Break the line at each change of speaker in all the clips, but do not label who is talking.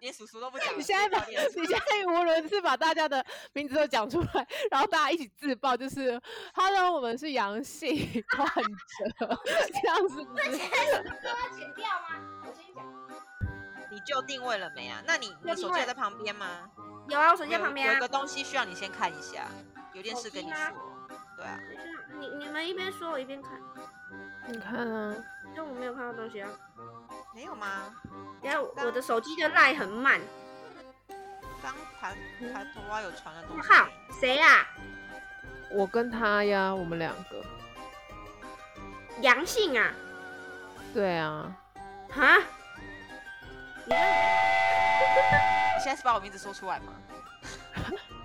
连叔叔都不讲了。
你现在把
不 要脸
你现在语无伦次，把大家的名字都讲出来，然后大家一起自爆，就是 “Hello，我们是阳性患者”，这样子。
这些都要剪掉吗？我先讲。
你就定位了没啊？那你你
就定位
手机还在旁边吗？
有啊，我手机在
有
旁边
有
啊
一个。东西需要你先看一下，有件事跟你
手机吗
说。对啊，
就是你你们一边说，我一边看，
你看啊，
就我没有看到东西啊。
没有吗？
然后我的手机的赖很慢，
刚盘盘头蛙啊有传的
我
东西。
靠，谁啊？
我跟他呀，我们两个。
阳性啊？
对啊，
哈？
你现在是把我名字说出来吗？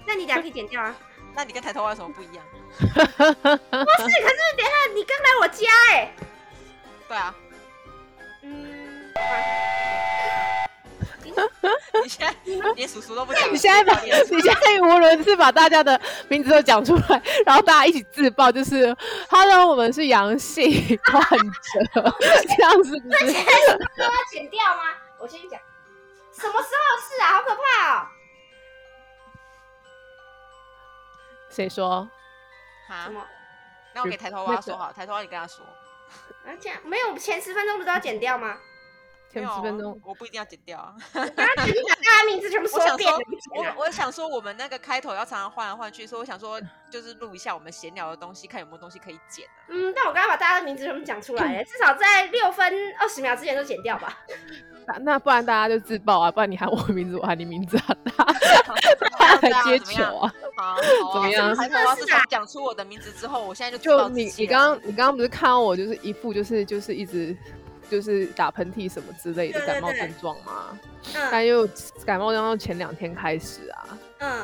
那你俩可以剪掉啊。
那你跟抬头蛙有什么不一样？
不是，可是等一下你刚来我家哎、
对啊，
嗯，
你现在连叔叔都不讲了。
你现在把
不
你
要脸
现在语无伦次，把大家的名字都讲出来，然后大家一起自爆，就是“ Hello，我们是阳性患者”，这样子。
这些都要剪掉吗？我先讲，什么时候的事啊？好可怕哦！
谁说？
啊
什？么？
那我给抬头蛙说好，抬头蛙你跟他说。
啊，这样没有前十分钟不是都要剪掉 吗？
前
没有
十
啊
分钟，
我不一定要剪掉啊。
然后你就把大家名字全部
我想
说遍
说
了，你剪啊
我我想说，我们那个开头要常常换来换去，所以我想说，就是录一下我们闲聊的东西，看有没有东西可以剪啊。
嗯，但我刚刚把大家的名字全部讲出来 了，至少在六分二十秒之前都剪掉吧。
那那不然大家就自爆啊，不然你喊我名字，我喊你名字啊，大家
好
大家
怎么样
来接球啊。
好，
怎么样
抬头蛙自从讲出我的名字之后，我现在就自
就
暴自
你
弃
你
了
刚刚你刚刚不是看到我就是一副就是就是一直就是打喷嚏什么之类的
对对
感冒
对
症状吗？
嗯
但又感冒症状前两天开始啊，
嗯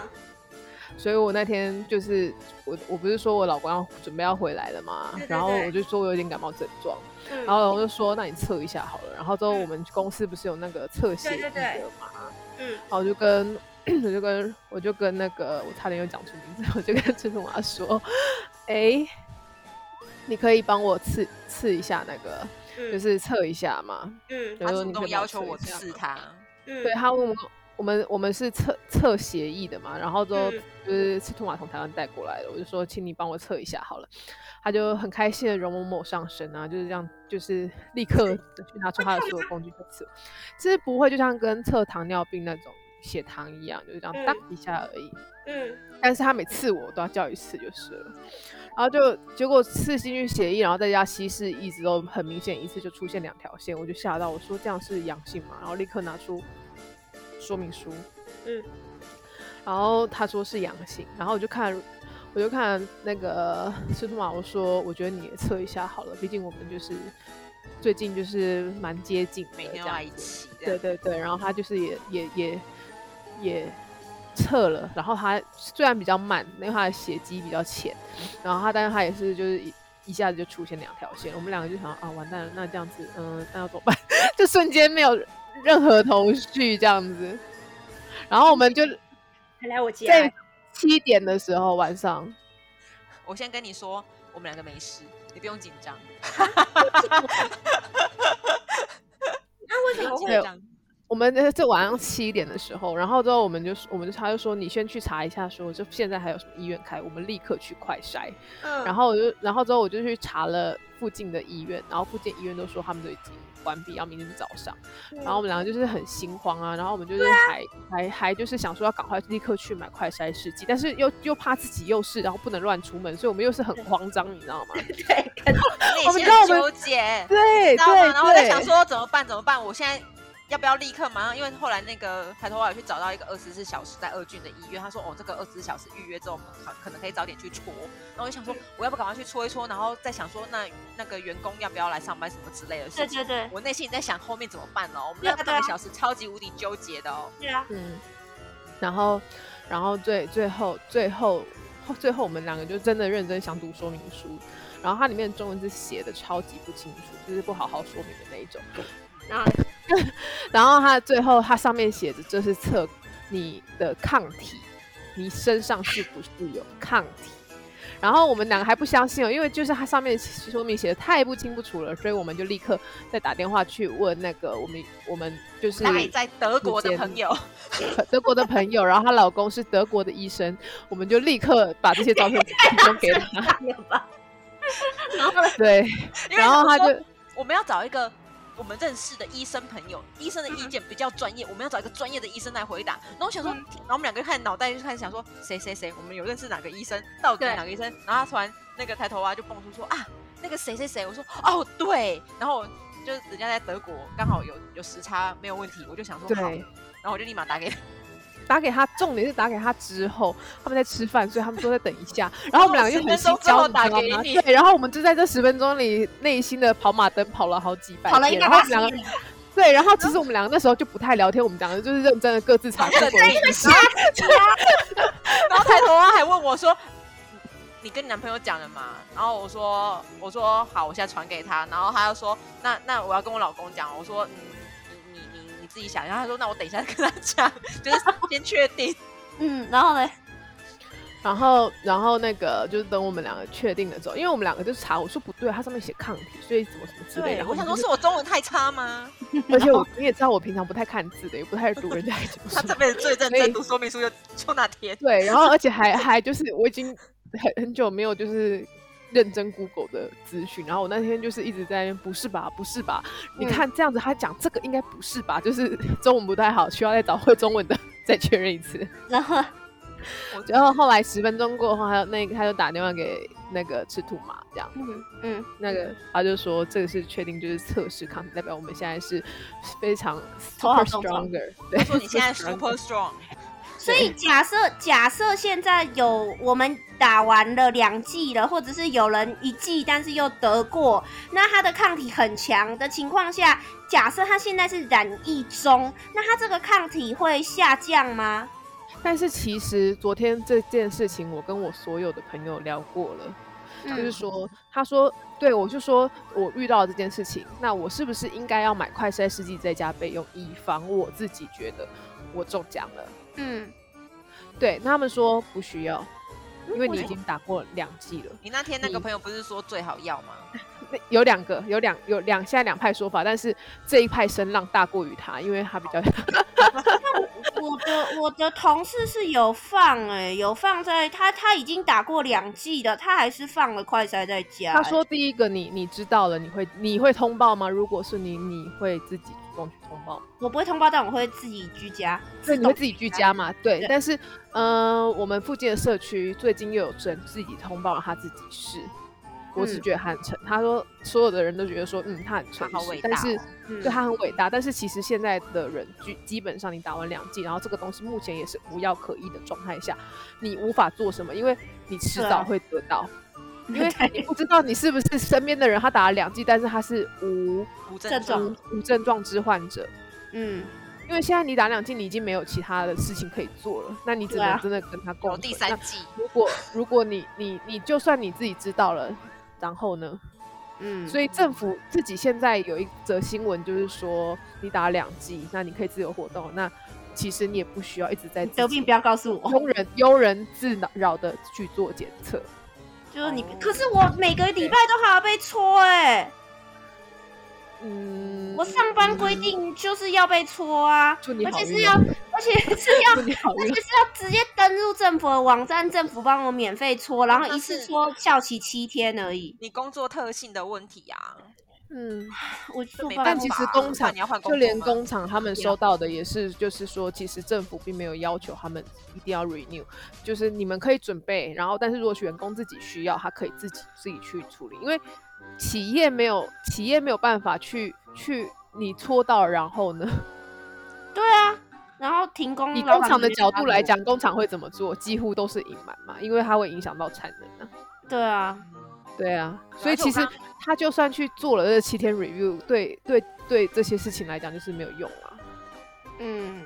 所以我那天就是我我不是说我老公要准备要回来了嘛，
对对
然后
对
我就说我有点感冒症状，
嗯，
然后我就说那你测一下好了，然后之后
嗯
我们公司不是有那个测血
对
液
对
的嘛，
对嗯
然后我就跟 我就跟我就跟那个我差点又讲出名字，我就跟陈楚华说，哎、你可以帮我刺刺一下那个，
嗯，
就是测一下嘛，
嗯
就
他
是说
主
你可
动
以帮
要求我
测一下
刺
嘛
他，
嗯
对他问我们我们我们是测测协议的嘛，然后之后
嗯
就是赤兔马从台湾带过来的，我就说请你帮我测一下好了，他就很开心的容某某上身啊，就是这样，就是立刻 地去拿出他的所有工具去测，其实不会就像跟测糖尿病那种血糖一样，就是这样
嗯
哒一下而已，
嗯
但是他每次我都要叫一次就是了，然后就结果刺进去血液，然后再加稀释，一直都很明显，一次就出现两条线，我就吓到，我说这样是阳性嘛，然后立刻拿出说明书，
嗯，
然后他说是阳性，然后我就看，我就看那个司徒马，我说我觉得你也测一下好了，毕竟我们就是最近就是蛮接近的，
每天
这
都
样
在一起这
对
样。
对对，然后他就是也也也也撤了，然后他虽然比较慢，因为他的血迹比较浅，然后他但是他也是就是一一下子就出现两条线，我们两个就想啊完蛋了，那这样子嗯、那要怎么办？ 就瞬间没有任何头绪这样子，然后我们就
还来我家欸，
在七点的时候晚上，
我先跟你说，我们两个没事，你不用紧张，
那为
不
什么
用
会？
紧张。
我们呃这晚上七点的时候，然后之后我们就我们就他就说你先去查一下说，就现在还有什么医院开，我们立刻去快筛。
嗯，
然后我就，然后之后我就去查了附近的医院，然后附近医院都说他们都已经关闭，要明天早上。
嗯
然后我们两个就是很心慌嗯啊，然后我们就是还、还还就是想说要赶快立刻去买快筛试剂，但是又又怕自己又是，然后不能乱出门，所以我们又是很慌张，你知道吗？
对，可能
内
我们
心
知道
很
我们
纠结，
对
知道吗？然后在
对
想说怎么办？怎么办？我现在要不要立刻马上？因为后来那个抬头蛙有去找到一个二十四小时在二郡的医院，他说哦，这个二十四小时预约之后，我们可可能可以早点去戳。然后我就想说，我要不赶快去戳一戳，然后再想说那那个员工要不要来上班什么之类的事
对
情。
对对，
我内心也在想后面怎么办哦，我们
对
那
啊
个
对啊
半个小时超级无敌纠结的哦。
对啊，
嗯，然后然后最最后最后后最后我们两个就真的认真想读说明书，然后它里面的中文字写的超级不清楚，就是不好好说明的那一种。
然后
然后它最后它上面写着，就是测你的抗体，你身上是不是有抗体。然后我们两个还不相信哦，因为就是它上面说明写的太不清不楚了，所以我们就立刻再打电话去问那个我们我们 就是
赖在德国的朋友，
德国的朋友，然后她老公是德国的医生，我们就立刻把这些照片提供给 他。
看了 吧？然后呢？
对，
因为
然后
想
他
说
就
我们要找一个我们认识的医生朋友，医生的意见比较专业，我们要找一个专业的医生来回答。然后我想说，
嗯
然后我们两个就开始脑袋就开始想说，谁谁谁，我们有认识哪个医生，到底
对
哪个医生？然后他突然那个抬头啊，就蹦出说啊，那个谁谁谁，我说哦对，然后我就人家在德国刚好有有时差，没有问题，我就想说好，
对
然后我就立马打给他，
打给他，重点是打给他之后，他们在吃饭，所以他们说再等一下。然后我们两个就很心
哦十分钟之后
焦，你知道吗
打给你
对，然后我们就在这十分钟里，内心的跑马灯跑了好几百
跑了
遍
应该
然后
八
我
十
们两个
年了，
对，然后其实我们两个那时候就不太聊天，我们两个就是认真的各自查
对
各自的
对
意思。
然后抬头啊还问我说。你跟你男朋友讲了吗？然后我说，我说好，我现在传给他。然后他又说，那那我要跟我老公讲。我说，嗯，你你你你自己想。然后他说，那我等一下跟他讲，就是先确定。
嗯，然后呢？
然后，然后那个就是等我们两个确定了之后，因为我们两个就查，我说不对，它上面写抗体，所以怎么什么之类的。然后
我想说，
们就是
我中文太差吗？
而且我你也知道，我平常不太看字的，也不太读 人家怎么
他
说
这。辈子最认
所以
真读说明书就就那天。
对，然后而且还还就是我已经很很久没有就是认真 Google 的资讯，然后我那天就是一直在那边不是吧，不是吧？你
嗯
看这样子，他讲这个应该不是吧？就是中文不太好，需要再找会中文的再确认一次。
然后
我
然后后来十分钟过后，还有那他就打电话给那个赤兔马，这样
嗯嗯，
那个他就说这个是确定就是测试抗体，代表我们现在是非常
头好
super
重重
stronger。对，
说你现在
stronger
super strong，
所以假设假设现在有我们打完了两剂了，或者是有人一剂但是又得过，那他的抗体很强的情况下，假设他现在是染疫中，那他这个抗体会下降吗？
但是其实昨天这件事情，我跟我所有的朋友聊过了，就是
嗯
说，他说，对我就说我遇到这件事情，那我是不是应该要买快筛试剂在家备用，以防我自己觉得我中奖了？
嗯，
对，那他们说不需要，因
为
为你
什
已
么
经打过两剂了。
你那天那个
你
朋友不是说最好要吗？
那有两个，有两有两现在两派说法，但是这一派声浪大过于他，因为他比较
我的我的同事是有放哎、有放在他他已经打过两剂了，他还是放了快筛在家、
他说第一个你你知道了，你会你会通报吗？如果是你，你会自己主动去通报吗？
我不会通报，但我会自己居家。
对，你会自己居家
吗？
嘛？对
对，
但是，嗯、我们附近的社区最近又有人自己通报了他自己是郭子
嗯
觉很诚，他说所有的人都觉得说，嗯，他很诚
他好伟
实，但
大
是、
哦
嗯
对他很伟大，但是其实现在的人基基本上你打完两剂，然后这个东西目前也是无药可医的状态下，你无法做什么，因为你迟
对啊
早会得到，因为
对
你不知道你是不是身边的人他打了两剂，但是他是无
无症
症
状
状，
无无症状之患者，
嗯，
因为现在你打两剂，你已经没有其他的事情可以做了，那你只
对啊
能真的跟他共
有
存。
第三
那
季，
如果如果你你你就算你自己知道了，然后呢？
嗯，
所以政府自己现在有一则新闻，就是说你打两剂，那你可以自由活动，那其实你也不需要一直在
你
自
得
己
病不要告诉我，
庸人庸人自扰的去做检测。
就是你
哦。
可是我每个礼拜都还要被戳哎、
嗯，
我上班规定就是要被戳啊，
祝你
而
好
且
运
是要
啊，
而且是要
祝 你 好
而
运
且。是要直接登入政府的网站，政府帮我免费戳，然后一
那
次
是
戳效期七天而已。
你工作特性的问题啊。
嗯，
我就
没
办
办
但
法
其
啊
实工
不
厂
然你要换工
就连
作吗
工厂他们
对啊
收到的也是，就是说，其实政府并没有要求他们一定要 renew，就是你们可以准备，然后但是如果是员工自己需要，他可以自己自己去处理，因为企业没有企业没有办法去去你戳到，然后呢，
对啊，然后停工。
以
嗯老
工
板
厂的
没
角
办
度
法
来
做，
讲，工厂会怎么做？几乎都是隐瞒嘛，因为它会影响到产能啊。
对啊，
对啊，
对
所以
而且我
其实
刚
他就算去做了这七天 review，对对对，这些事情来讲就是没有用啊。
嗯，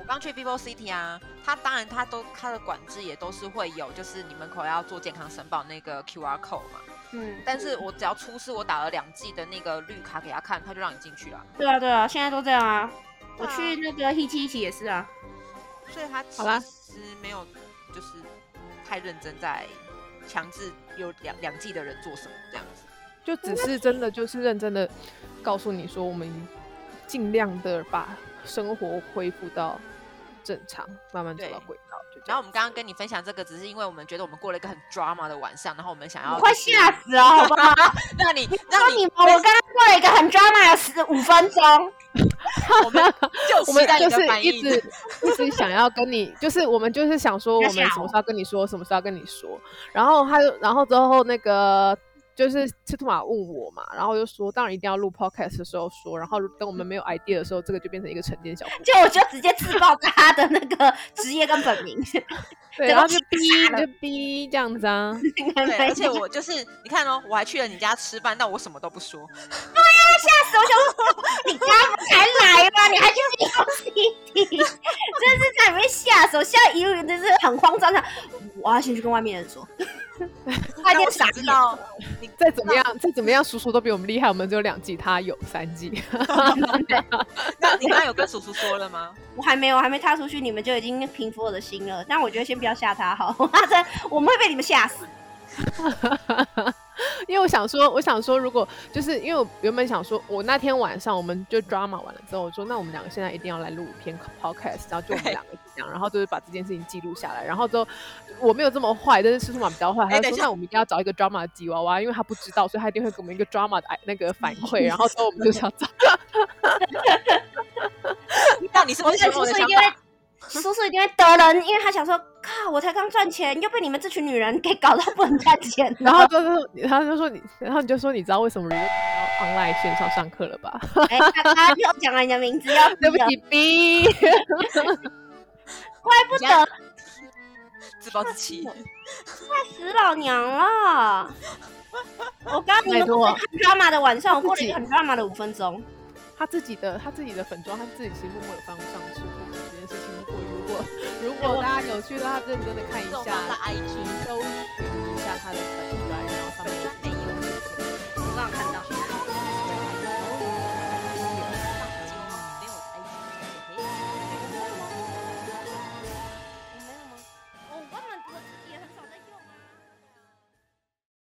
我刚去 Vivo City 啊，它当然它都它的管制也都是会有，就是你门口要做健康申报那个 QR code 嘛。
嗯，
但是我只要出示我打了两剂的那个绿卡给他看，他就让你进去了。
对啊，对啊，现在都这样啊。我
对啊
去那个 Hit 一起也是啊，
所以他
好啦
其实没有就是太认真在强制有两两剂的人做什么这样子。
就只是真的就是认真的告诉你说，我们尽量的把生活恢复到正常，慢慢走到
对
轨道，就这
然后
样。
我们刚刚跟你分享这个，只是因为我们觉得我们过了一个很 drama 的晚上，然后我们想要
我快
就是
吓死了，好 不好？
让你
说
让
你
你
们，我刚刚做了一个很 drama 的十五分钟，
我们就
我们
期待你
就
的
是
反
一
应
直一直想要跟你，就是我们就是想说，我
要
们
吓
什
我
么时候跟你说，什么时候跟你说。然后他就，然后之后那个就是赤兔马问我嘛，然后我就说，当然一定要录 podcast 的时候说，然后等我们没有 idea 的时候，这个就变成一个沉淀小故事。
就我就直接自爆他的那个职业跟本名，
对，
整
然
个
后就
气
啊
逼就逼这样子啊。
对，而且我就是你看哦，我还去了你家吃饭，但我什么都不说。
死我想说，你家不才来吗？你还去 VOCD，真是在里面吓死我！现在一路真是很慌张的，我要先去跟外面人说，外
但
面
我
傻
想
眼
知。道你
再怎么样，再怎么样，叔叔都比我们厉害，我们只有两季，他有三季。
那你刚刚有跟叔叔说了吗？
我还没有，还没踏出去，你们就已经平复我的心了。但我觉得先不要吓他好， 他真我们会被你们吓死。
因为我想说，我想说，如果就是因为我原本想说，我那天晚上我们就 drama 完了之后，我说那我们两个现在一定要来录一篇 podcast，然后就我们
对
两个这样，然后就是把这件事情记录下来。然后之后我没有这么坏，但是司徒马比较坏，
哎
他就
等一
说
下
那我们一定要找一个 drama 的吉娃娃，因为他不知道，所以他一定会给我们一个 drama 的那个反馈。然后之后我们就想 找，
那你是不
我
是
想
有
叔
我的
叔
想
一定会
法？，
叔叔一定会得人，因为他想说，靠，我才刚赚钱，又被你们这群女人给搞到不能赚钱 了。
然后之后他就说你，然后你就说你知道为什么人要 online 线上上课 了吧？
哎，他他又讲了你的名字，要
对不起，B。
怪不得
自暴自弃。
死老娘了！我刚刚你们
拜托
过很 drama 的晚上，我过了
自
一
己
个很 drama 的五分钟。
他自己的他自己的粉妆，他自己其实默默有放上去这件事情。如果如果如果大家有去的话，认真的看一
这种放在
下，
IG
搜
哎